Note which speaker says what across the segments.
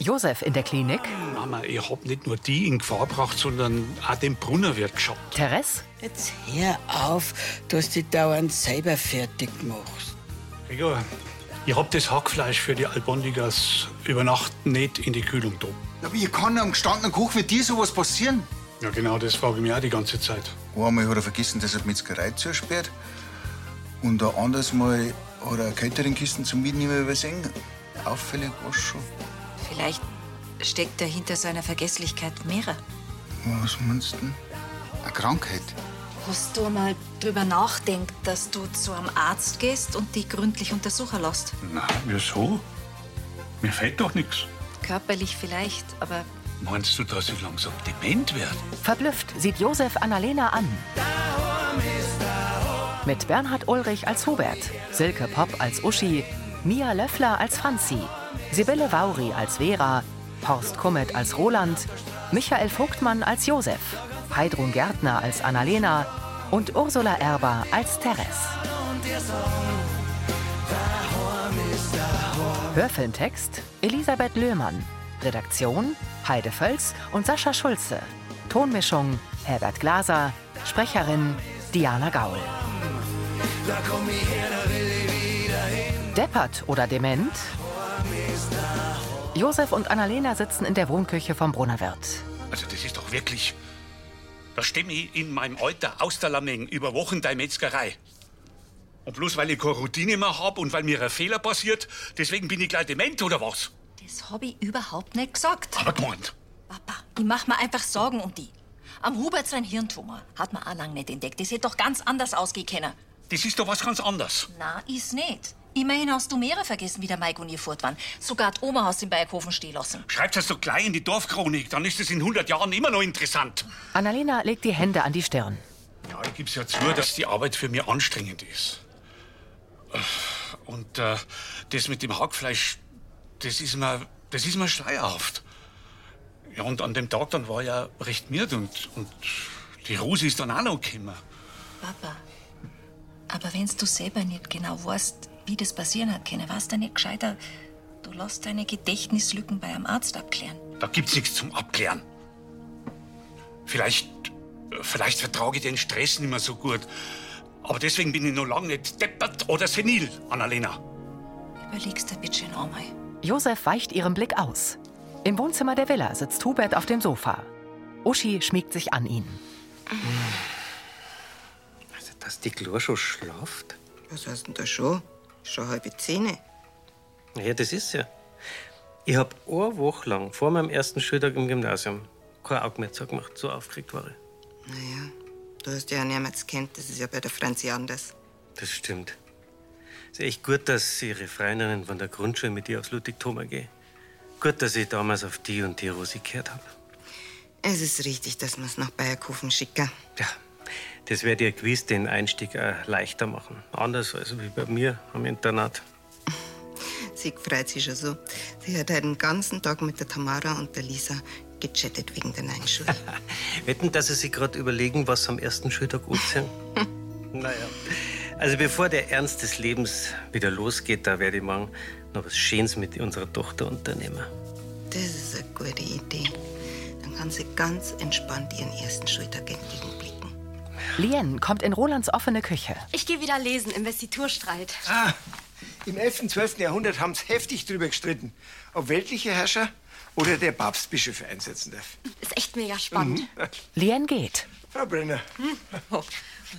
Speaker 1: Josef in der Klinik,
Speaker 2: Mama, ich hab nicht nur die in Gefahr gebracht, sondern auch den Brunnerwirt geschaut.
Speaker 1: Therese,
Speaker 3: Jetzt hör auf, dass du dich dauernd selber fertig machst.
Speaker 2: Ja, ich hab das Hackfleisch für die Albondigas über Nacht nicht in die Kühlung da.
Speaker 4: Na, wie kann einem gestandenen Koch wie dir sowas passieren?
Speaker 2: Ja, genau, das frage ich mich auch die ganze Zeit.
Speaker 4: Einmal hat er vergessen, dass er die Metzgerei zusperrt. Und ein anderes Mal hat er eine Cateringkisten zum Mitnehmen übersehen. Auffällig war schon.
Speaker 5: Vielleicht steckt da hinter seiner Vergesslichkeit mehrere.
Speaker 4: Was meinst du denn? Eine Krankheit?
Speaker 5: Hast du mal drüber nachdenkt, dass du zu einem Arzt gehst und die gründlich untersuchen lässt?
Speaker 2: Na, wieso? Mir fehlt doch nichts.
Speaker 5: Körperlich vielleicht, aber
Speaker 2: Meinst du, dass ich langsam dement werde?
Speaker 1: verblüfft sieht Josef Annalena an. Mit Bernhard Ulrich als Hubert, Silke Popp als Uschi, Mia Löffler als Franzi, Sibylle Vauri als Vera, Horst Kummet als Roland, Michael Vogtmann als Josef, Heidrun Gärtner als Annalena und Ursula Erber als Teres. Hörfilmtext Elisabeth Löhmann. Redaktion Heide Völz und Sascha Schulze. Tonmischung Herbert Glaser. Sprecherin Diana Gaul. Deppert oder dement? Josef und Annalena sitzen in der Wohnküche vom Brunnerwirt.
Speaker 2: Also, das ist doch wirklich. Da stimme ich in meinem Alter aus der Lamming über Wochen der Metzgerei. Und bloß weil ich keine Routine mehr hab und weil mir ein Fehler passiert, deswegen bin ich gleich dement oder was?
Speaker 5: das habe ich überhaupt nicht gesagt.
Speaker 2: Aber gemeint.
Speaker 5: Papa, ich mach mir einfach Sorgen um die. Am Hubert sein Hirntumor hat man auch lang nicht entdeckt. Das hätte doch ganz anders ausgehen können.
Speaker 2: Das ist doch was ganz anderes.
Speaker 5: Na, ist nicht. Immerhin hast du mehrere vergessen, wie der Mike und ihr fort waren. Sogar die Oma hast du im Berghofen stehen lassen.
Speaker 2: Schreibt das doch gleich in die Dorfchronik, dann ist es in 100 Jahren immer noch interessant.
Speaker 1: Annalena legt die Hände an die Stirn.
Speaker 2: Ja, ich gebe ja zu, dass die Arbeit für mich anstrengend ist. Und äh, das mit dem Hackfleisch, das ist mir, das ist mir schleierhaft. Ja, und an dem Tag dann war ich ja recht miert und, und die Rose ist dann auch noch gekommen.
Speaker 5: Papa, aber wenn du selber nicht genau weißt, wie das passieren hat können, warst du nicht gescheiter. Du lässt deine Gedächtnislücken bei einem Arzt abklären.
Speaker 2: Da gibt's nichts zum Abklären. Vielleicht, vielleicht vertrage ich den Stress nicht mehr so gut. Aber deswegen bin ich noch lange nicht deppert oder senil, Annalena.
Speaker 5: Überlegst du bitte schön einmal.
Speaker 1: Josef weicht ihrem Blick aus. Im Wohnzimmer der Villa sitzt Hubert auf dem Sofa. Uschi schmiegt sich an ihn.
Speaker 6: Also, dass die Chlor schon schlaft?
Speaker 3: Was heißt denn da schon? Schon halbe Zähne.
Speaker 6: Ja, das ist ja. Ich hab eine Woche lang vor meinem ersten Schultag im Gymnasium kein Auge mehr zugemacht, so aufgeregt war ich.
Speaker 3: Naja, du hast ja auch niemals kennt, das ist ja bei der Franzi anders.
Speaker 6: Das stimmt. ist echt gut, dass ihre Freundinnen von der Grundschule mit ihr aufs Ludwig Thoma gehen. Gut, dass ich damals auf die und die Rosi gehört hab.
Speaker 3: Es ist richtig, dass wir es nach Bayerkofen schicken.
Speaker 6: Ja, das wird ihr gewiss den Einstieg auch leichter machen. Anders als wie bei mir am Internat.
Speaker 3: Sie freut sich schon so. Sie hat heute den ganzen Tag mit der Tamara und der Lisa gechattet wegen der Einschule.
Speaker 6: Wetten, dass sie sich gerade überlegen, was am ersten Schultag anziehen? naja. Also bevor der Ernst des Lebens wieder losgeht, da werde ich morgen noch was Schönes mit unserer Tochter unternehmen.
Speaker 3: das ist eine gute Idee. Dann kann sie ganz entspannt ihren ersten Schultag entgegenblicken.
Speaker 1: Lien kommt in Rolands offene Küche.
Speaker 7: Ich gehe wieder lesen, Investiturstreit.
Speaker 8: Ah, im 11. und 12. Jahrhundert haben sie heftig drüber gestritten, ob weltliche Herrscher oder der Papst Bischöfe einsetzen darf. Mhm.
Speaker 7: Ist echt mega spannend.
Speaker 1: Lien geht.
Speaker 8: Frau Brenner,
Speaker 9: Mhm. Oh,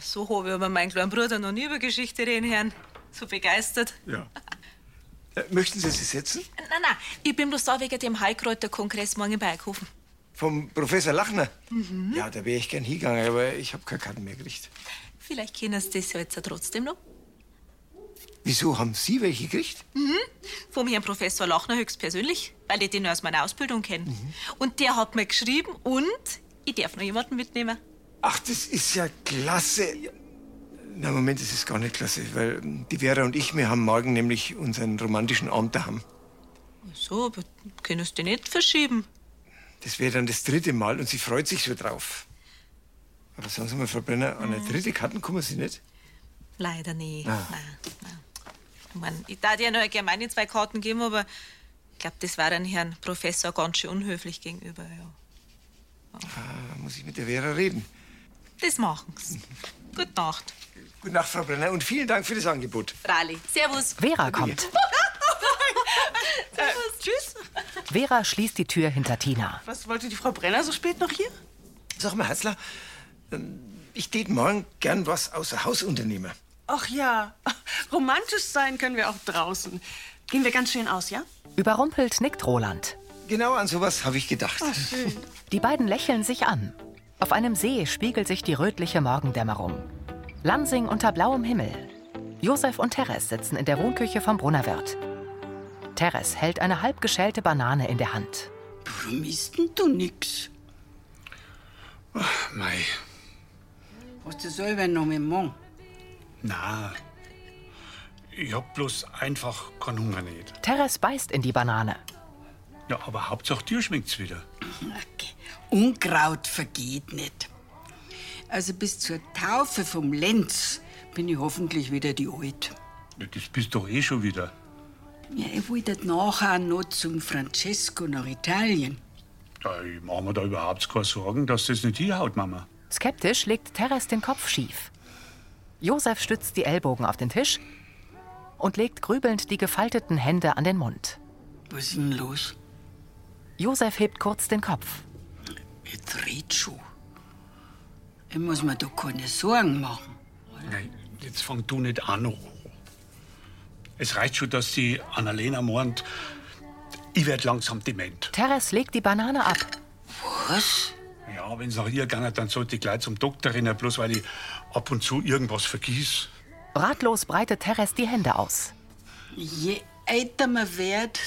Speaker 9: So habe ich über meinen kleinen Bruder noch nie über Geschichte reden hören. So begeistert.
Speaker 8: äh, möchten Sie sich setzen?
Speaker 9: Nein, nein, ich bin bloß da wegen dem Heilkräuterkongress morgen in Berghofen.
Speaker 8: Vom Professor Lachner?
Speaker 9: Mhm.
Speaker 1: Mhm.
Speaker 8: Ja, da wäre ich gern hingegangen, aber ich habe keine Karten mehr gekriegt.
Speaker 9: Vielleicht kennen Sie das ja jetzt ja trotzdem noch.
Speaker 8: Wieso haben Sie welche gekriegt?
Speaker 9: Mhm. Vom Herrn Professor Lachner höchstpersönlich, weil ich den nur aus meiner Ausbildung kenne. Und der hat mir geschrieben und ich darf noch jemanden mitnehmen.
Speaker 8: Ach, das ist ja klasse. Na, Moment, das ist gar nicht klasse, weil ähm, die Vera und ich, wir haben morgen nämlich unseren romantischen Abend daheim.
Speaker 9: So, aber können Sie den nicht verschieben?
Speaker 8: Das wäre dann das dritte Mal und sie freut sich so drauf. Aber sagen Sie mal, Frau Brenner, an
Speaker 9: Mhm.
Speaker 8: eine dritte Karten kommen Sie nicht? Ah.
Speaker 9: Ah. Leider nicht. Nein, nein. Ich meine, ich darf ja noch gerne meine zwei Karten geben, aber glaube, das war dann Herrn Professor ganz schön unhöflich gegenüber. Ja.
Speaker 8: Ah, muss ich mit der Vera reden.
Speaker 9: Das machen's. Gute Nacht.
Speaker 8: Gute Nacht, Frau Brenner, und vielen Dank für das Angebot.
Speaker 9: Frali. Servus.
Speaker 1: Vera kommt.
Speaker 10: Äh, Tschüss.
Speaker 1: Vera schließt die Tür hinter Tina.
Speaker 10: Was wollte die Frau Brenner so spät noch hier?
Speaker 8: Sag mal, Hatzler, ähm, ich tät morgen gern was außer Haus unternehmen.
Speaker 10: Ach ja, romantisch sein können wir auch draußen. Gehen wir ganz schön aus, ja?
Speaker 1: Überrumpelt nickt Roland.
Speaker 8: Genau an sowas habe ich gedacht.
Speaker 1: Die beiden lächeln sich an. Auf einem See spiegelt sich die rötliche Morgendämmerung. Lansing unter blauem Himmel. Josef und Teres sitzen in der Wohnküche vom Brunnerwirt. Teres hält eine halb geschälte Banane in der Hand.
Speaker 10: Warum isst denn du nix?
Speaker 2: Mei,
Speaker 11: Hast du selber noch mit Mann?
Speaker 2: na. Ich hab bloß einfach keinen Hunger nicht.
Speaker 1: Teres beißt in die Banane.
Speaker 2: Ja, aber Hauptsache dir schmeckt's wieder.
Speaker 11: Unkraut vergeht nicht. Also bis zur Taufe vom Lenz bin ich hoffentlich wieder die Alt.
Speaker 2: Ja, Das bist doch eh schon wieder.
Speaker 11: Ja, ich wollte nachher noch zum Francesco nach Italien.
Speaker 2: Ja, ich mach mir da überhaupt keine Sorgen, dass das nicht hinhaut, Mama.
Speaker 1: Skeptisch legt Teres den Kopf schief. Josef stützt die Ellbogen auf den Tisch und legt grübelnd die gefalteten Hände an den Mund.
Speaker 11: Was ist denn los?
Speaker 1: Josef hebt kurz den Kopf.
Speaker 11: Jetzt red schon. Ich muss mir da keine Sorgen machen.
Speaker 2: Nein, jetzt fang du nicht an. oh. Es reicht schon, dass die Annalena meint, ich werd langsam dement.
Speaker 1: Teres legt die Banane ab.
Speaker 11: Was?
Speaker 2: Ja, wenn's nach ihr gegangen dann sollte ich gleich zum Doktor rennen, bloß weil ich ab und zu irgendwas vergiss.
Speaker 1: Ratlos breitet Teres die Hände aus.
Speaker 11: Je älter man wird,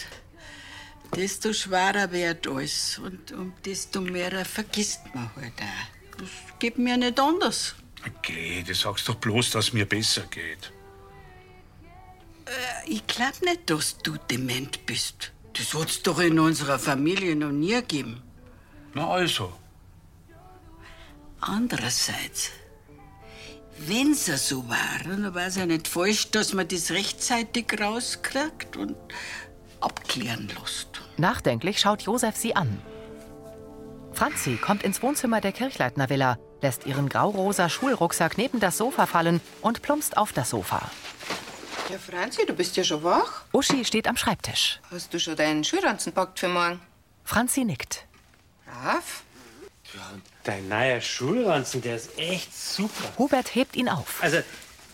Speaker 11: desto schwerer wird alles. Und, und desto mehr vergisst man halt auch. Das geht mir nicht anders.
Speaker 2: Okay, du sagst doch bloß, dass mir besser geht.
Speaker 11: Äh, Ich glaub nicht, dass du dement bist. Das hat's doch in unserer Familie noch nie gegeben.
Speaker 2: Na also.
Speaker 11: Andererseits, wenn's ja so war, dann war's ja nicht falsch, dass man das rechtzeitig rauskriegt und abklären lässt.
Speaker 1: Nachdenklich schaut Josef sie an. Franzi kommt ins Wohnzimmer der Kirchleitner Villa, lässt ihren graurosa Schulrucksack neben das Sofa fallen und plumpst auf das Sofa.
Speaker 12: Ja, Franzi, du bist ja schon wach.
Speaker 1: Uschi steht am Schreibtisch.
Speaker 12: Hast du schon deinen Schulranzen packt für morgen?
Speaker 1: Franzi nickt.
Speaker 12: Brav.
Speaker 6: Dein neuer Schulranzen, der ist echt super.
Speaker 1: Hubert hebt ihn auf.
Speaker 6: Also,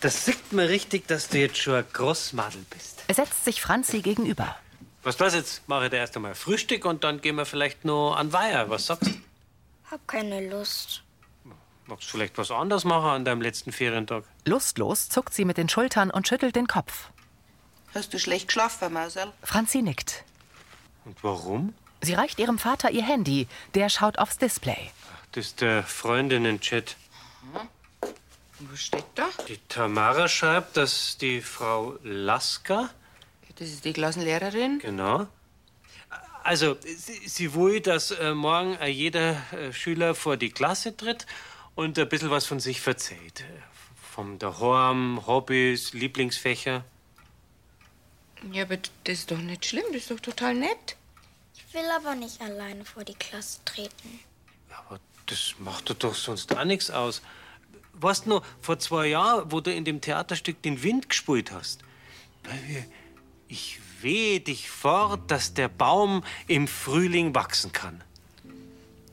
Speaker 6: das sieht mir richtig, dass du jetzt schon ein Großmadel bist.
Speaker 1: Er setzt sich Franzi gegenüber.
Speaker 6: Was das jetzt? Mache ich da erst einmal Frühstück und dann gehen wir vielleicht noch an Weiher. Was sagst du?
Speaker 13: Hab keine Lust.
Speaker 6: Magst du vielleicht was anderes machen an deinem letzten Ferientag?
Speaker 1: Lustlos zuckt sie mit den Schultern und schüttelt den Kopf.
Speaker 12: Hast du schlecht geschlafen, Marcel?
Speaker 1: Franzi nickt.
Speaker 6: Und warum?
Speaker 1: Sie reicht ihrem Vater ihr Handy. Der schaut aufs Display.
Speaker 6: Das ist der Freundinnen-Chat.
Speaker 12: Hm? Wo steht da?
Speaker 6: Die Tamara schreibt, dass die Frau Lasker,
Speaker 12: Das ist die Klassenlehrerin.
Speaker 6: genau, also sie, sie will, dass äh, morgen äh, jeder äh, Schüler vor die Klasse tritt und ein bisschen was von sich verzählt. Äh, Vom Daheim, Hobbys, Lieblingsfächer.
Speaker 12: Ja, aber das ist doch nicht schlimm. Das ist doch total nett.
Speaker 13: Ich will aber nicht alleine vor die Klasse treten.
Speaker 6: Aber das macht dir doch sonst auch nichts aus. Weißt du noch, vor zwei Jahren, wo du in dem Theaterstück den Wind gespielt hast? Weil wir- Ich wehe dich fort, dass der Baum im Frühling wachsen kann.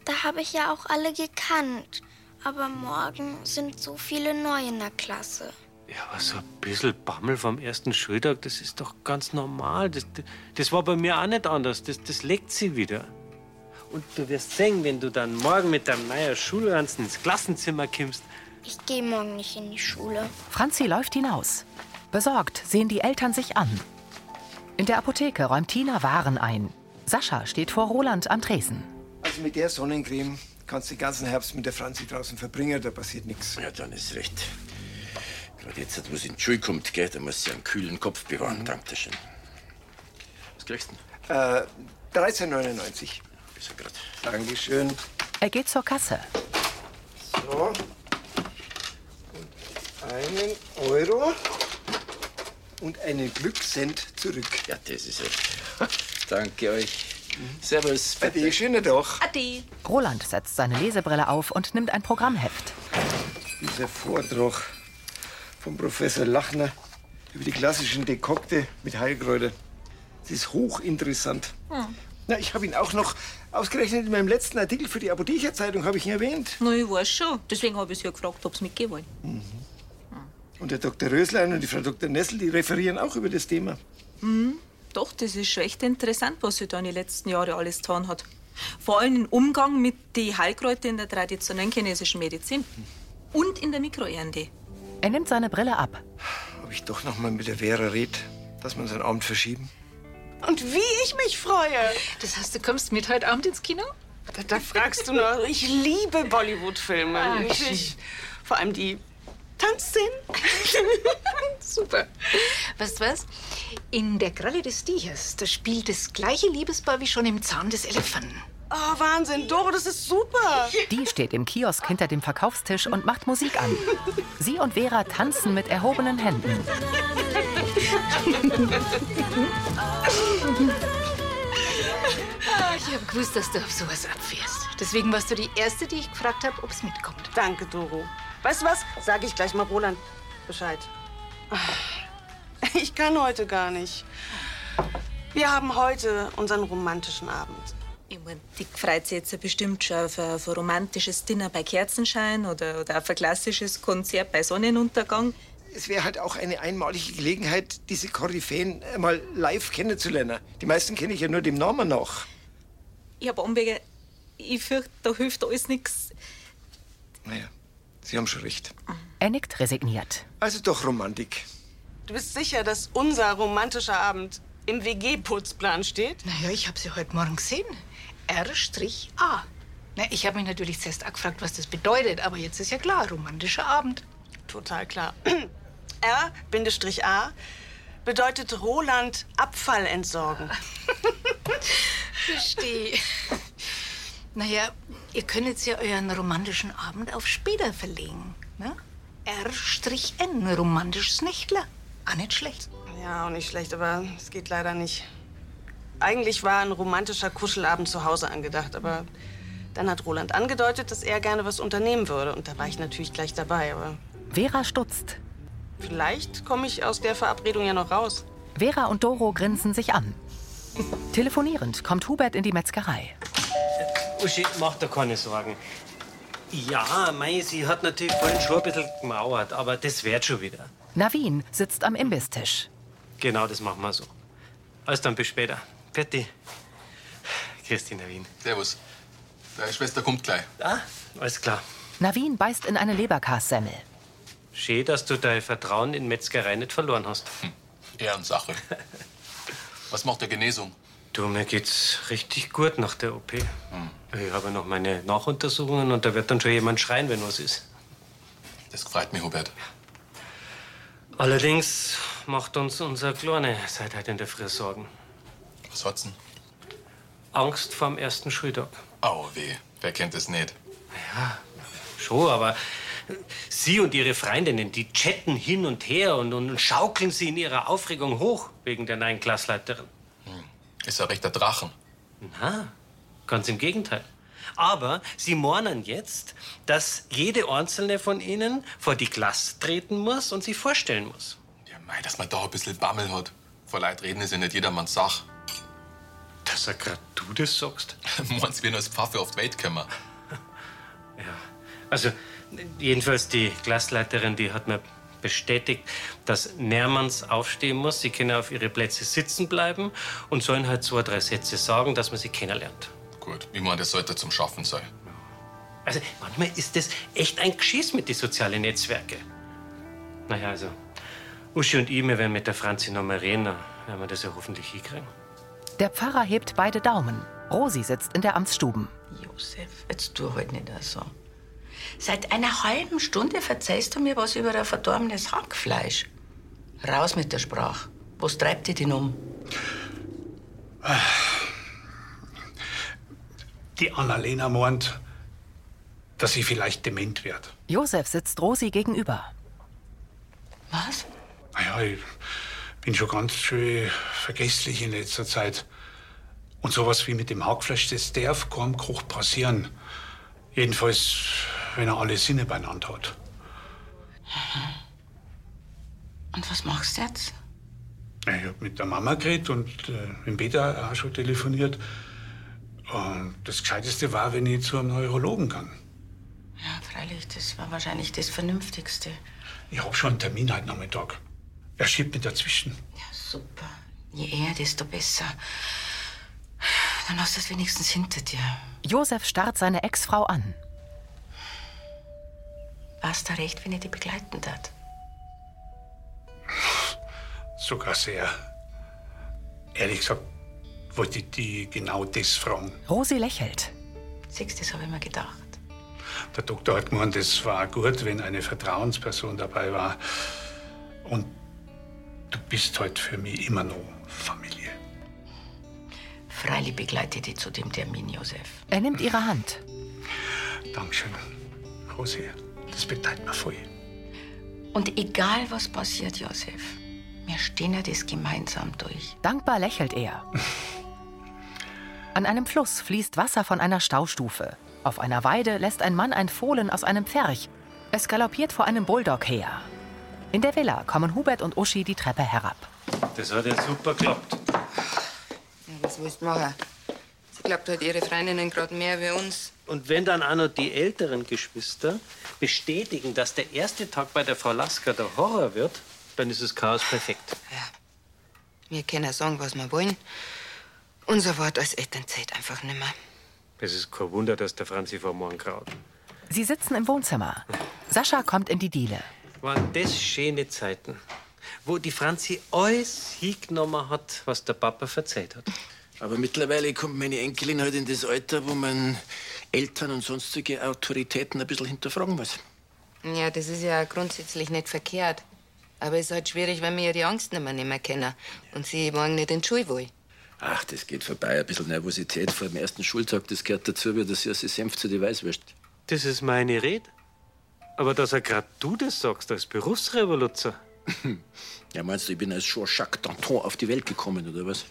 Speaker 13: Da habe ich ja auch alle gekannt. Aber morgen sind so viele neu in der Klasse.
Speaker 6: Ja, aber so ein bisschen Bammel vom ersten Schultag, das ist doch ganz normal. Das, das war bei mir auch nicht anders. Das, das legt sie wieder. Und du wirst sehen, wenn du dann morgen mit deinem neuen Schulranzen ins Klassenzimmer kommst.
Speaker 13: Ich gehe morgen nicht in die Schule.
Speaker 1: Franzi läuft hinaus. Besorgt sehen die Eltern sich an. In der Apotheke räumt Tina Waren ein. Sascha steht vor Roland am Tresen.
Speaker 8: Also mit der Sonnencreme kannst du den ganzen Herbst mit der Franzi draußen verbringen, da passiert nichts.
Speaker 14: Ja, dann ist recht. Gerade jetzt, wo sie in die Schule kommt, gell, da muss sie einen kühlen Kopf bewahren. Dankeschön. Was kriegst du denn?
Speaker 8: Äh, 13,99.
Speaker 14: Bis grad.
Speaker 8: Dankeschön.
Speaker 1: Er geht zur Kasse.
Speaker 8: So. Und einen Euro und einen Glückcent zurück.
Speaker 14: Ja, das ist recht. Danke euch. Mhm. Servus.
Speaker 8: Ade, schönen Tag.
Speaker 9: Ade.
Speaker 1: Roland setzt seine Lesebrille auf und nimmt ein Programmheft.
Speaker 8: Dieser Vortrag von Professor Lachner über die klassischen Dekokte mit Heilkräutern. Das ist hochinteressant.
Speaker 9: Hm.
Speaker 8: Na, ich habe ihn auch noch ausgerechnet in meinem letzten Artikel für die Apothekerzeitung habe ich ihn erwähnt.
Speaker 9: Na, ich weiß schon. Deswegen habe ich sie ja gefragt, ob sie mitgehen wollen.
Speaker 8: Mhm. Und der Dr. Röslein und die Frau Dr. Nessel, die referieren auch über das Thema.
Speaker 9: Hm, doch, das ist schon echt interessant, was sie da in den letzten Jahren alles getan hat. Vor allem im Umgang mit den Heilkräutern in der traditionellen chinesischen Medizin. Und in der Mikroernte.
Speaker 1: Er nimmt seine Brille ab.
Speaker 8: Ob ich doch noch mal mit der Vera red, dass wir unseren Abend verschieben?
Speaker 15: Und wie ich mich freue. Das heißt, du kommst mit heute Abend ins Kino? Da, da fragst du noch. Ich liebe Bollywood-Filme.
Speaker 10: Ah,
Speaker 15: ich,
Speaker 10: schön.
Speaker 15: ich, vor allem die Tanzszenen. Super. Weißt du was? In der Kralle des Tigers, da spielt das gleiche Liebespaar wie schon im Zahn des Elefanten.
Speaker 10: Oh, Wahnsinn, Doro, das ist super.
Speaker 1: Die steht im Kiosk hinter dem Verkaufstisch und macht Musik an. Sie und Vera tanzen mit erhobenen Händen.
Speaker 15: Ah, ich habe gewusst, dass du auf sowas abfährst. Deswegen warst du die Erste, die ich gefragt habe, ob es mitkommt.
Speaker 10: Danke, Doro. Oh. Weißt du was? Sag ich gleich mal Roland Bescheid. Ich kann heute gar nicht. Wir haben heute unseren romantischen Abend.
Speaker 9: Ich mein, die freut sich jetzt ja bestimmt schon auf ein, auf ein romantisches Dinner bei Kerzenschein oder, oder auf ein klassisches Konzert bei Sonnenuntergang.
Speaker 8: Es wäre halt auch eine einmalige Gelegenheit, diese Koryphäen mal live kennenzulernen. Die meisten kenne ich ja nur dem Namen nach.
Speaker 9: Ich habe Umwege. Ich fürchte, da hilft alles nichts.
Speaker 8: Naja, Sie haben schon recht.
Speaker 1: Er nickt resigniert.
Speaker 8: Also doch Romantik.
Speaker 10: Du bist sicher, dass unser romantischer Abend im WG-Putzplan steht?
Speaker 15: Naja, ich habe sie heute Morgen gesehen. R-A. Na, ich habe mich natürlich zuerst auch gefragt, was das bedeutet, aber jetzt ist ja klar, romantischer Abend.
Speaker 10: Total klar. R-A bedeutet Roland Abfall entsorgen.
Speaker 15: Verstehe. Naja, ihr könntet ja euren romantischen Abend auf später verlegen. Ne? R-N, romantisches Nächtler. Auch nicht schlecht.
Speaker 10: Ja, auch nicht schlecht, aber es geht leider nicht. Eigentlich war ein romantischer Kuschelabend zu Hause angedacht, aber dann hat Roland angedeutet, dass er gerne was unternehmen würde. Und da war ich natürlich gleich dabei, aber
Speaker 1: Vera stutzt.
Speaker 10: vielleicht komme ich aus der Verabredung ja noch raus.
Speaker 1: Vera und Doro grinsen sich an. Telefonierend kommt Hubert in die Metzgerei.
Speaker 6: Uschi, mach dir keine Sorgen. Ja, mei, sie hat natürlich vorhin schon ein bisschen gemauert, aber das wird schon wieder.
Speaker 1: Navin sitzt am Imbistisch.
Speaker 6: Genau, das machen wir so. Also dann bis später. Fertig. Christina Wien.
Speaker 16: Servus. Deine Schwester kommt gleich.
Speaker 6: Ah, alles klar.
Speaker 1: Navin beißt in eine Leberkassemmel.
Speaker 6: Schön, dass du dein Vertrauen in Metzgerei nicht verloren hast.
Speaker 16: Hm, Ehrensache. Was macht der Genesung?
Speaker 6: Du, mir geht's richtig gut nach der OP.
Speaker 16: Hm.
Speaker 6: Ich habe noch meine Nachuntersuchungen und da wird dann schon jemand schreien, wenn was ist.
Speaker 16: Das freut mich, Hubert.
Speaker 6: Allerdings macht uns unser Kleine seit heute in der Früh Sorgen.
Speaker 16: Was hat's denn?
Speaker 6: Angst vorm ersten Schultag.
Speaker 16: Au weh, wer kennt es nicht?
Speaker 6: Ja, schon, aber sie und ihre Freundinnen, die chatten hin und her und, und schaukeln sie in ihrer Aufregung hoch wegen der neuen Klassleiterin.
Speaker 16: Ist ja recht der Drachen.
Speaker 6: Na, ganz im Gegenteil. Aber sie mornen jetzt, dass jede einzelne von ihnen vor die Klasse treten muss und sie vorstellen muss.
Speaker 16: Mei, dass man da ein bisschen Bammel hat. Vor Leid reden ist ja nicht jedermanns Sache.
Speaker 6: Dass er grad du das sagst?
Speaker 16: Meinst du, wir noch als Pfaffe auf die Welt kommen?
Speaker 6: Also, jedenfalls die Klassleiterin, die hat mir bestätigt, dass Nermans aufstehen muss. Sie können auf ihre Plätze sitzen bleiben und sollen halt zwei, drei Sätze sagen, dass man sie kennenlernt.
Speaker 16: Gut, ich meine, das sollte zum Schaffen sein.
Speaker 6: Also, manchmal ist das echt ein Geschiss mit den sozialen Netzwerken. Naja, also, Uschi und ich, wir werden mit der Franzi noch mal reden, dann werden wir das ja hoffentlich hinkriegen.
Speaker 1: Der Pfarrer hebt beide Daumen. Rosi sitzt in der Amtsstuben.
Speaker 11: Josef, jetzt tu halt nicht so.
Speaker 12: Seit einer halben Stunde verzeihst du mir was über ein verdorbenes Hackfleisch.
Speaker 11: Raus mit der Sprache. Was treibt dich denn um?
Speaker 2: Die Annalena meint, dass sie vielleicht dement wird.
Speaker 1: Josef sitzt Rosi gegenüber.
Speaker 2: Was? Ah Naja, ich bin schon ganz schön vergesslich in letzter Zeit. Und sowas wie mit dem Hackfleisch, das darf keinem Koch passieren. Jedenfalls, wenn er alle Sinne beieinander hat.
Speaker 10: Und was machst du jetzt?
Speaker 2: Ja, Ich habe mit der Mama geredet und äh, mit dem Peter auch schon telefoniert. Und das Gescheiteste war, wenn ich zu einem Neurologen ging.
Speaker 12: Ja, freilich, das war wahrscheinlich das Vernünftigste.
Speaker 2: Ich habe schon einen Termin heute Nachmittag. Er schiebt mich dazwischen.
Speaker 12: Super. Je eher, desto besser. Dann hast du es wenigstens hinter dir.
Speaker 1: Josef starrt seine Ex-Frau an.
Speaker 12: Warst du recht, wenn ich dich begleiten darf?
Speaker 2: Sogar sehr. Ehrlich gesagt, wollte ich die genau das fragen.
Speaker 1: Rosi lächelt.
Speaker 12: Siehst du, das habe ich mir gedacht.
Speaker 2: Der Doktor hat gemeint, es war gut, wenn eine Vertrauensperson dabei war. Und du bist heute für mich immer noch Familie.
Speaker 12: Freilich begleite ich dich zu dem Termin, Josef.
Speaker 1: Er nimmt ihre Hand.
Speaker 2: Dankeschön, Rosi. Das bedeutet mir voll.
Speaker 12: Und egal, was passiert, Josef, wir stehen ja das gemeinsam durch.
Speaker 1: Dankbar lächelt er. An einem Fluss fließt Wasser von einer Staustufe. Auf einer Weide lässt ein Mann ein Fohlen aus einem Pferch. Es galoppiert vor einem Bulldog her. In der Villa kommen Hubert und Uschi die Treppe herab.
Speaker 6: Das hat ja super geklappt.
Speaker 3: Ja, was willst du machen? Sie glaubt halt ihre Freundinnen gerade mehr wie uns.
Speaker 6: Und wenn dann auch noch die älteren Geschwister bestätigen, dass der erste Tag bei der Frau Lasker der Horror wird, dann ist das Chaos perfekt.
Speaker 3: Wir können sagen, was wir wollen. Unser Wort als Eltern zählt einfach nicht mehr.
Speaker 6: Es ist kein Wunder, dass der Franzi vor morgen graut.
Speaker 1: Sie sitzen im Wohnzimmer. Sascha kommt in die Diele.
Speaker 6: Waren das schöne Zeiten, wo die Franzi alles hingenommen hat, was der Papa verzeiht hat.
Speaker 14: Aber mittlerweile kommt meine Enkelin halt in das Alter, wo man Eltern und sonstige Autoritäten ein bisschen hinterfragen muss.
Speaker 3: Ja, das ist ja grundsätzlich nicht verkehrt. Aber es ist halt schwierig, wenn wir ihre Angst nicht mehr, nicht mehr kennen. Und sie morgen nicht in die Schule wollen.
Speaker 14: Ach, das geht vorbei. Ein bisschen Nervosität vor dem ersten Schultag, das gehört dazu, wie das erste Senf zu dir weiß wirst.
Speaker 6: Das ist meine Rede. Aber dass er grad du das sagst, als Berufsrevoluzer.
Speaker 14: Ja, meinst du, ich bin als Jean-Jacques Danton auf die Welt gekommen, oder was?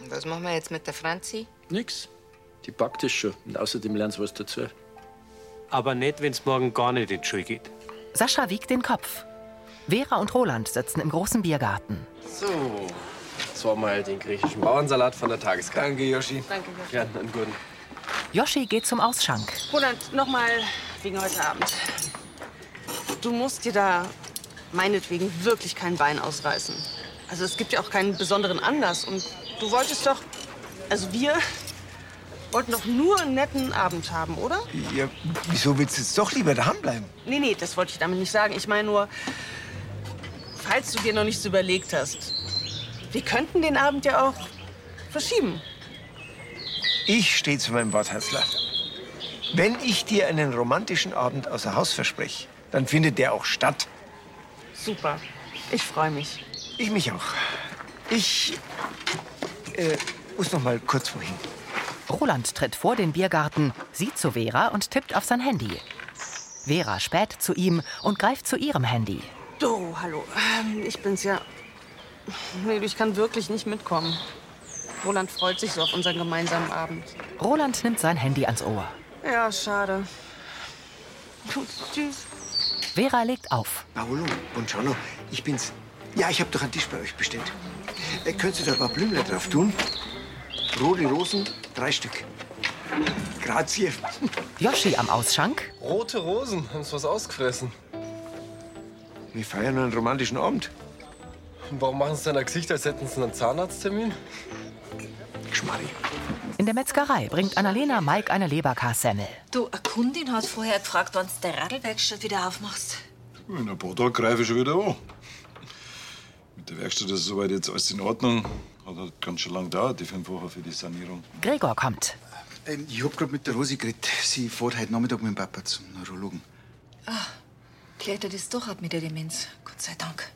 Speaker 3: Und was machen wir jetzt mit der Franzi?
Speaker 14: Nix. Die packt es schon. Und außerdem lernst du was dazu.
Speaker 6: Aber nicht, wenn's morgen gar nicht in die Schule geht.
Speaker 1: Sascha wiegt den Kopf. Vera und Roland sitzen im großen Biergarten.
Speaker 17: So, jetzt haben wir halt den griechischen Bauernsalat von der Tageskarte. Danke, Yoshi.
Speaker 10: Danke, Yoshi.
Speaker 17: Ja, einen guten.
Speaker 1: Yoshi geht zum Ausschank.
Speaker 10: Roland, nochmal wegen heute Abend. Du musst dir da meinetwegen wirklich kein Bein ausreißen. Also es gibt ja auch keinen besonderen Anlass. Und du wolltest doch, also wir wollten doch nur einen netten Abend haben, oder?
Speaker 8: Ja, wieso willst du jetzt doch lieber daheim bleiben?
Speaker 10: Nee, nee, das wollte ich damit nicht sagen. Ich meine nur, falls du dir noch nichts überlegt hast, wir könnten den Abend ja auch verschieben.
Speaker 8: Ich stehe zu meinem Wort, Hassler. Wenn ich dir einen romantischen Abend außer Haus verspreche, dann findet der auch statt.
Speaker 10: Super. Ich freue mich.
Speaker 8: Ich mich auch. Ich äh, muss noch mal kurz wohin.
Speaker 1: Roland tritt vor den Biergarten, sieht zu Vera und tippt auf sein Handy. Vera späht zu ihm und greift zu ihrem Handy.
Speaker 10: Du, hallo. Ähm, ich bin's ja. Nee, du, ich kann wirklich nicht mitkommen. Roland freut sich so auf unseren gemeinsamen Abend.
Speaker 1: Roland nimmt sein Handy ans Ohr.
Speaker 10: Ja, schade. Du, Tschüss.
Speaker 1: Vera legt auf.
Speaker 8: Paolo, Buongiorno, ich bin's. Ja, ich habe doch einen Tisch bei euch bestellt. Äh, könntest du da ein paar Blümler drauf tun? Rote Rosen, drei Stück. Grazie.
Speaker 1: Yoshi am Ausschank.
Speaker 17: Rote Rosen, Hm, haben sie was ausgefressen.
Speaker 8: Wir feiern einen romantischen Abend.
Speaker 17: Und Warum machen sie denn ein Gesicht, als hätten sie einen Zahnarzttermin?
Speaker 8: Geschmarrig.
Speaker 1: In der Metzgerei bringt Annalena Mike eine Leberkassemmel.
Speaker 5: Du, eine Kundin hat vorher gefragt, wann du der Radlwerkstatt wieder aufmachst.
Speaker 18: In ein paar Tagen greife ich schon wieder an. Mit der Werkstatt ist soweit jetzt alles in Ordnung. Hat halt ganz schön lang gedauert, die fünf Wochen für die Sanierung.
Speaker 1: Gregor kommt.
Speaker 4: Ähm, ich hab grad mit der Rosi geredet. Sie fährt heute Nachmittag mit dem Papa zum Neurologen.
Speaker 5: Ah, klettert es doch ab mit der Demenz. Gott sei Dank.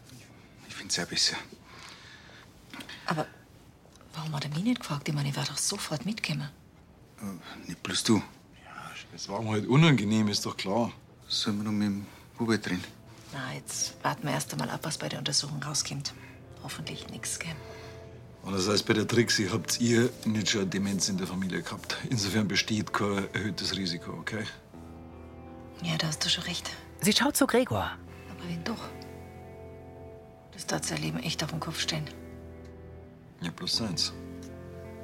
Speaker 4: Ich find's sehr besser.
Speaker 5: Aber warum hat er mich nicht gefragt? Ich meine, ich wäre doch sofort mitgekommen.
Speaker 4: Äh, Nicht bloß du.
Speaker 18: Es war mir halt unangenehm, ist doch klar.
Speaker 4: Sollen wir noch mit dem Hubert drin?
Speaker 5: Na, jetzt warten wir erst einmal ab, was bei der Untersuchung rauskommt. Hoffentlich nichts, gell?
Speaker 18: Und das heißt, bei der Trixi habt ihr nicht schon Demenz in der Familie gehabt. Insofern besteht kein erhöhtes Risiko, okay?
Speaker 5: Ja, da hast du schon recht.
Speaker 1: Sie schaut zu Gregor.
Speaker 5: Aber wenn doch, das tat sein Leben echt auf dem Kopf stehen.
Speaker 18: Ja, bloß eins.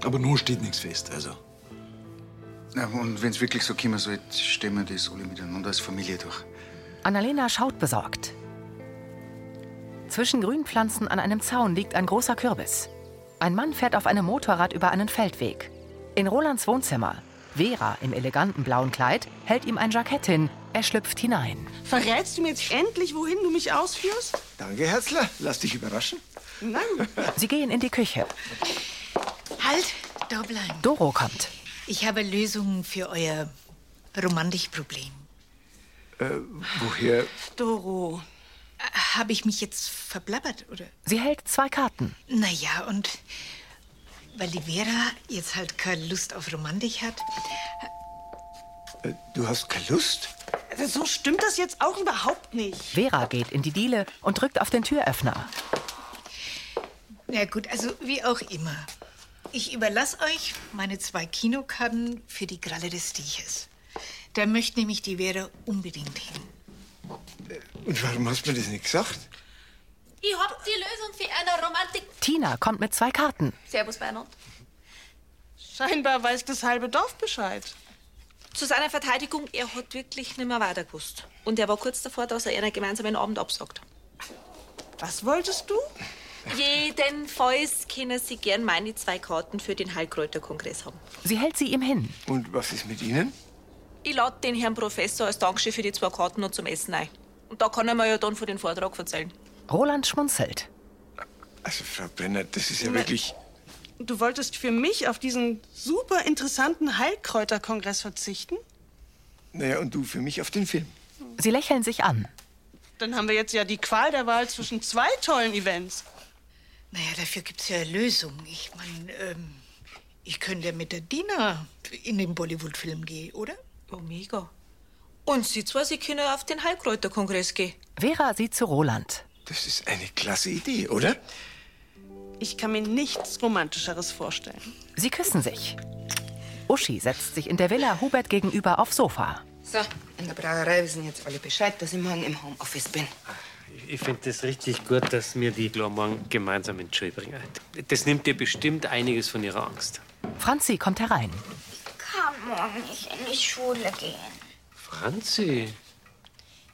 Speaker 18: Aber nun steht nichts fest, also.
Speaker 4: Na, und wenn es wirklich so kommen sollte, stellen wir das alle miteinander als Familie durch.
Speaker 1: Annalena schaut besorgt. Zwischen Grünpflanzen an einem Zaun liegt ein großer Kürbis. Ein Mann fährt auf einem Motorrad über einen Feldweg. In Rolands Wohnzimmer. Vera im eleganten blauen Kleid hält ihm ein Jackett hin. Er schlüpft hinein.
Speaker 19: Verrätst du mir jetzt endlich, wohin du mich ausführst?
Speaker 8: Danke, Herzler. Lass dich überraschen.
Speaker 19: Nein.
Speaker 1: Sie gehen in die Küche.
Speaker 15: Halt, da bleiben.
Speaker 1: Doro kommt.
Speaker 15: Ich habe Lösungen für euer Romantikproblem.
Speaker 8: Äh, woher?
Speaker 15: Doro. Habe ich mich jetzt verblabbert, oder?
Speaker 1: Sie hält zwei Karten.
Speaker 15: Naja, und weil die Vera jetzt halt keine Lust auf Romantik hat.
Speaker 8: Äh, Du hast keine Lust?
Speaker 19: Also So stimmt das jetzt auch überhaupt nicht.
Speaker 1: Vera geht in die Diele und drückt auf den Türöffner.
Speaker 15: Na gut, also wie auch immer. Ich überlasse euch meine zwei Kinokarten für die Kralle des Stiches. Da möchte nämlich die Vera unbedingt hin.
Speaker 19: Äh,
Speaker 8: Und warum hast du mir das nicht gesagt?
Speaker 20: Ich hab die Lösung für eine Romantik.
Speaker 1: Tina kommt mit zwei Karten.
Speaker 20: Servus, Bernhard.
Speaker 9: Scheinbar weiß das halbe Dorf Bescheid. Zu seiner Verteidigung, er hat wirklich nicht mehr weiter gewusst. Und er war kurz davor, dass er einen gemeinsamen Abend absagt. Was wolltest du? Jedenfalls können Sie gern meine zwei Karten für den Heilkräuterkongress haben.
Speaker 1: Sie hält sie ihm hin.
Speaker 8: Und was ist mit ihnen?
Speaker 9: Ich lade den Herrn Professor als Dankeschön für die zwei Karten noch zum Essen ein. Und da kann er mir ja dann von den Vortrag erzählen.
Speaker 1: Roland schmunzelt.
Speaker 8: Also, Frau Brenner, das ist ja wirklich.
Speaker 9: Du wolltest für mich auf diesen
Speaker 19: Super interessanten Heilkräuterkongress verzichten?
Speaker 8: Naja, und du für mich auf den Film.
Speaker 1: Sie lächeln sich an.
Speaker 19: Dann haben wir jetzt ja die Qual der Wahl zwischen zwei tollen Events.
Speaker 15: Naja, dafür gibt's ja eine Lösung. Ich meine, ähm, ich könnte ja mit der Dina in den Bollywood-Film gehen, oder?
Speaker 9: Oh, mega. Und Sie zwei, Sie können auf den Heilkräuterkongress gehen.
Speaker 1: Vera sieht zu Roland.
Speaker 8: Das ist eine klasse Idee, oder?
Speaker 9: Ich kann mir nichts Romantischeres vorstellen.
Speaker 1: Sie küssen sich. Uschi setzt sich in der Villa Hubert gegenüber aufs Sofa.
Speaker 3: So, in der Brauerei wissen jetzt alle Bescheid, dass ich morgen im Homeoffice bin.
Speaker 6: Ich finde es richtig gut, dass wir die gleich morgen gemeinsam in die Schule bringen. Das nimmt dir bestimmt einiges von ihrer Angst.
Speaker 1: Franzi kommt herein.
Speaker 13: Kann morgen nicht in die Schule gehen.
Speaker 6: Franzi,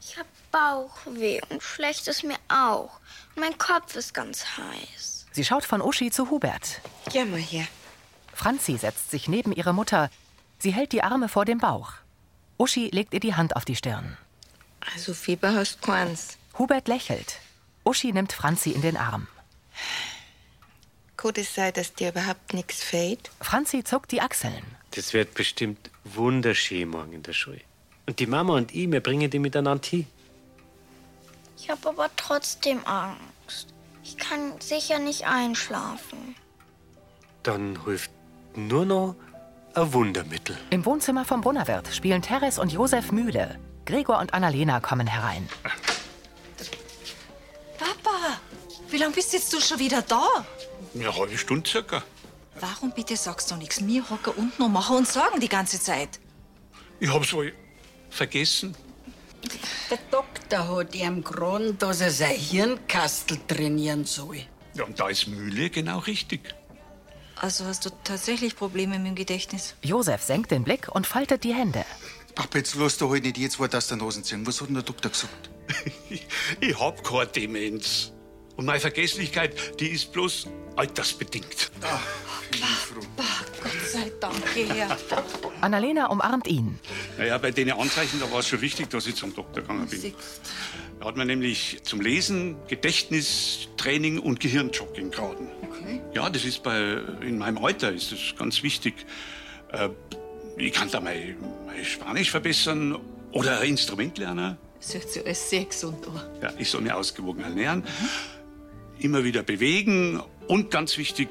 Speaker 13: Ich hab Bauchweh und schlecht ist mir auch. Und mein Kopf ist ganz heiß.
Speaker 1: Sie schaut von Uschi zu Hubert.
Speaker 3: Geh mal her.
Speaker 1: Franzi setzt sich neben ihre Mutter. Sie hält die Arme vor dem Bauch. Uschi legt ihr die Hand auf die Stirn.
Speaker 3: Also Fieber hast keins.
Speaker 1: Hubert lächelt. Uschi nimmt Franzi in den Arm.
Speaker 3: Gut es sei, dass dir überhaupt nichts fehlt.
Speaker 1: Franzi zuckt die Achseln.
Speaker 6: das wird bestimmt wunderschön morgen in der Schule. Und die Mama und ich, wir bringen die miteinander hin.
Speaker 13: Ich hab aber trotzdem Angst. Ich kann sicher nicht einschlafen.
Speaker 6: Dann hilft nur noch ein Wundermittel.
Speaker 1: Im Wohnzimmer vom Brunnerwirt spielen Teres und Josef Mühle. Gregor und Annalena kommen herein.
Speaker 5: Papa, wie lange bist jetzt du schon wieder da?
Speaker 2: Eine halbe Stunde circa.
Speaker 5: Warum bitte sagst du nichts? Wir hocken unten und machen uns Sorgen die ganze Zeit.
Speaker 2: Ich hab's wohl vergessen.
Speaker 7: Der Doktor hat ihm geraten, dass er sein Hirnkastel trainieren soll.
Speaker 2: Ja, und da ist Mühle genau richtig.
Speaker 5: Also hast du tatsächlich Probleme mit dem Gedächtnis?
Speaker 1: Josef senkt den Blick und faltet die Hände.
Speaker 4: Papa, jetzt lass doch halt nicht jetzt was aus der Nase ziehen. Was hat denn der Doktor gesagt?
Speaker 2: Ich hab keine Demenz. Und meine Vergesslichkeit, die ist bloß altersbedingt.
Speaker 5: Gott sei Dank, geh her.
Speaker 1: Annalena umarmt ihn.
Speaker 2: Naja, bei den Anzeichen, da war es schon wichtig, dass ich zum Doktor gegangen bin. Da hat man nämlich zum Lesen, Gedächtnis, Training und Gehirnjogging geraten. Ja, das ist bei, in meinem Alter ist das ganz wichtig. Äh, ich kann da mein, mein Spanisch verbessern oder ein Instrument lernen.
Speaker 5: Das hört sich alles sehr gesund an.
Speaker 2: Ja, ich soll mir ausgewogen ernähren, immer wieder bewegen und ganz wichtig,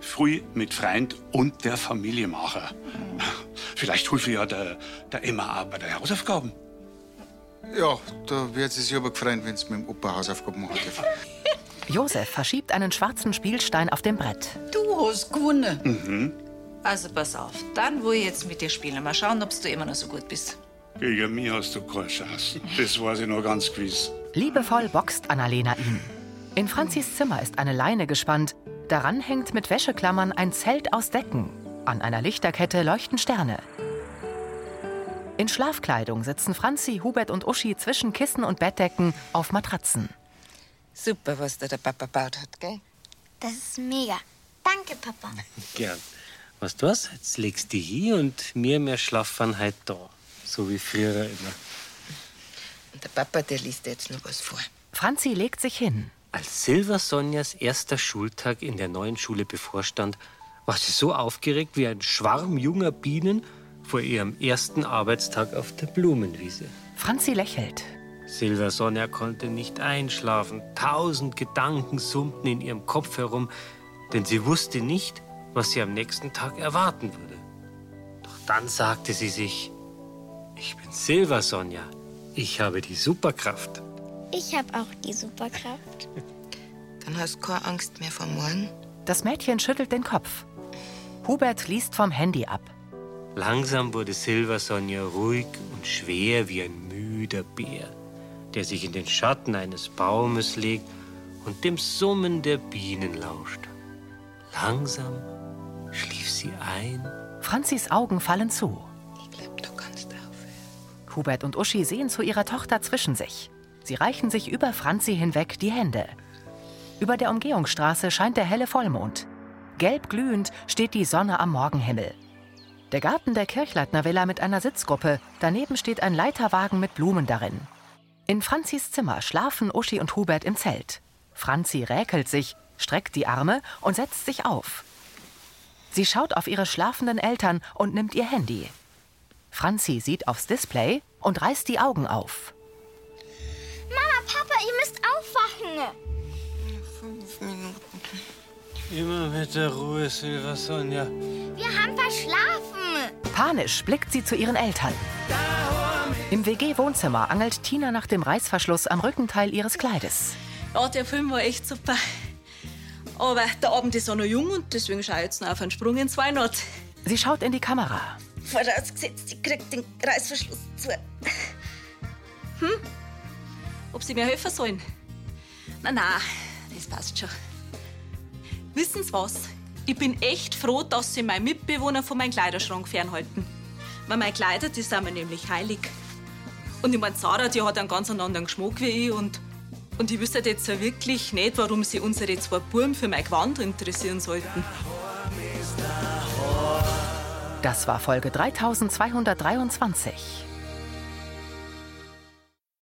Speaker 2: früh mit Freund und der Familie machen. Vielleicht hilft ja der, der Emma auch bei den Hausaufgaben.
Speaker 4: Ja, da wird sie sich aber gefreut, wenn sie mit dem Opa Hausaufgaben machen darf.
Speaker 1: Josef verschiebt einen schwarzen Spielstein auf dem Brett.
Speaker 11: Du hast gewonnen.
Speaker 2: Mhm.
Speaker 5: Also pass auf, dann will ich jetzt mit dir spielen. Mal schauen, ob du immer noch so gut bist.
Speaker 2: Gegen mich hast du keine Chance. Das weiß ich noch ganz gewiss.
Speaker 1: Liebevoll boxt Annalena ihn. In Franzis Zimmer ist eine Leine gespannt. Daran hängt mit Wäscheklammern ein Zelt aus Decken. An einer Lichterkette leuchten Sterne. In Schlafkleidung sitzen Franzi, Hubert und Uschi zwischen Kissen und Bettdecken auf Matratzen.
Speaker 3: Super, was da der Papa baut hat, gell?
Speaker 13: Das ist mega. Danke, Papa.
Speaker 6: Gern. Weißt du was? Jetzt legst du hier und mir mehr schlafen halt da. So wie früher immer.
Speaker 3: Und der Papa, der liest jetzt noch was vor.
Speaker 1: Franzi legt sich hin.
Speaker 6: Als Silver Sonjas erster Schultag in der neuen Schule bevorstand, war sie so aufgeregt wie ein Schwarm junger Bienen vor ihrem ersten Arbeitstag auf der Blumenwiese.
Speaker 1: Franzi lächelt.
Speaker 6: Silver Sonja konnte nicht einschlafen. Tausend Gedanken summten in ihrem Kopf herum, denn sie wusste nicht, was sie am nächsten Tag erwarten würde. Doch dann sagte sie sich: Ich bin Silver Sonja. Ich habe die Superkraft.
Speaker 13: Ich habe auch die Superkraft.
Speaker 3: Dann hast du keine Angst mehr vor morgen.
Speaker 1: Das Mädchen schüttelt den Kopf. Hubert liest vom Handy ab.
Speaker 6: Langsam wurde Silver Sonja ruhig und schwer wie ein müder Bär, der sich in den Schatten eines Baumes legt und dem Summen der Bienen lauscht. Langsam schlief sie ein.
Speaker 1: Franzis Augen fallen zu. Ich glaub, du kannst aufhören. Hubert und Uschi sehen zu ihrer Tochter zwischen sich. Sie reichen sich über Franzi hinweg die Hände. Über der Umgehungsstraße scheint der helle Vollmond. Gelb glühend steht die Sonne am Morgenhimmel. Der Garten der Kirchleitner Villa mit einer Sitzgruppe, daneben steht ein Leiterwagen mit Blumen darin. In Franzis Zimmer schlafen Uschi und Hubert im Zelt. Franzi räkelt sich, streckt die Arme und setzt sich auf. Sie schaut auf ihre schlafenden Eltern und nimmt ihr Handy. Franzi sieht aufs Display und reißt die Augen auf.
Speaker 13: Mama, Papa, ihr müsst aufwachen.
Speaker 6: Immer mit der Ruhe, Silver Sonja.
Speaker 13: Wir haben verschlafen.
Speaker 1: Panisch blickt sie zu ihren Eltern. Im WG-Wohnzimmer angelt Tina nach dem Reißverschluss am Rückenteil ihres Kleides.
Speaker 9: Ja, der Film war echt super. Aber der Abend ist auch noch jung und deswegen schaue ich jetzt noch auf einen Sprung ins Weihnacht.
Speaker 1: Sie schaut in die Kamera.
Speaker 9: Vorausgesetzt, ich krieg den Reißverschluss zu. Hm? Ob sie mir helfen sollen? Na, na, das passt schon. Wissen Sie was? Ich bin echt froh, dass Sie meinen Mitbewohner von meinem Kleiderschrank fernhalten. Weil meine Kleider, die sind mir nämlich heilig. Und ich meine, Sarah, die hat einen ganz anderen Geschmack wie ich und, und ich wüsste jetzt ja wirklich nicht, warum sie unsere zwei Buben für mein Gewand interessieren sollten.
Speaker 1: Das war Folge 3223.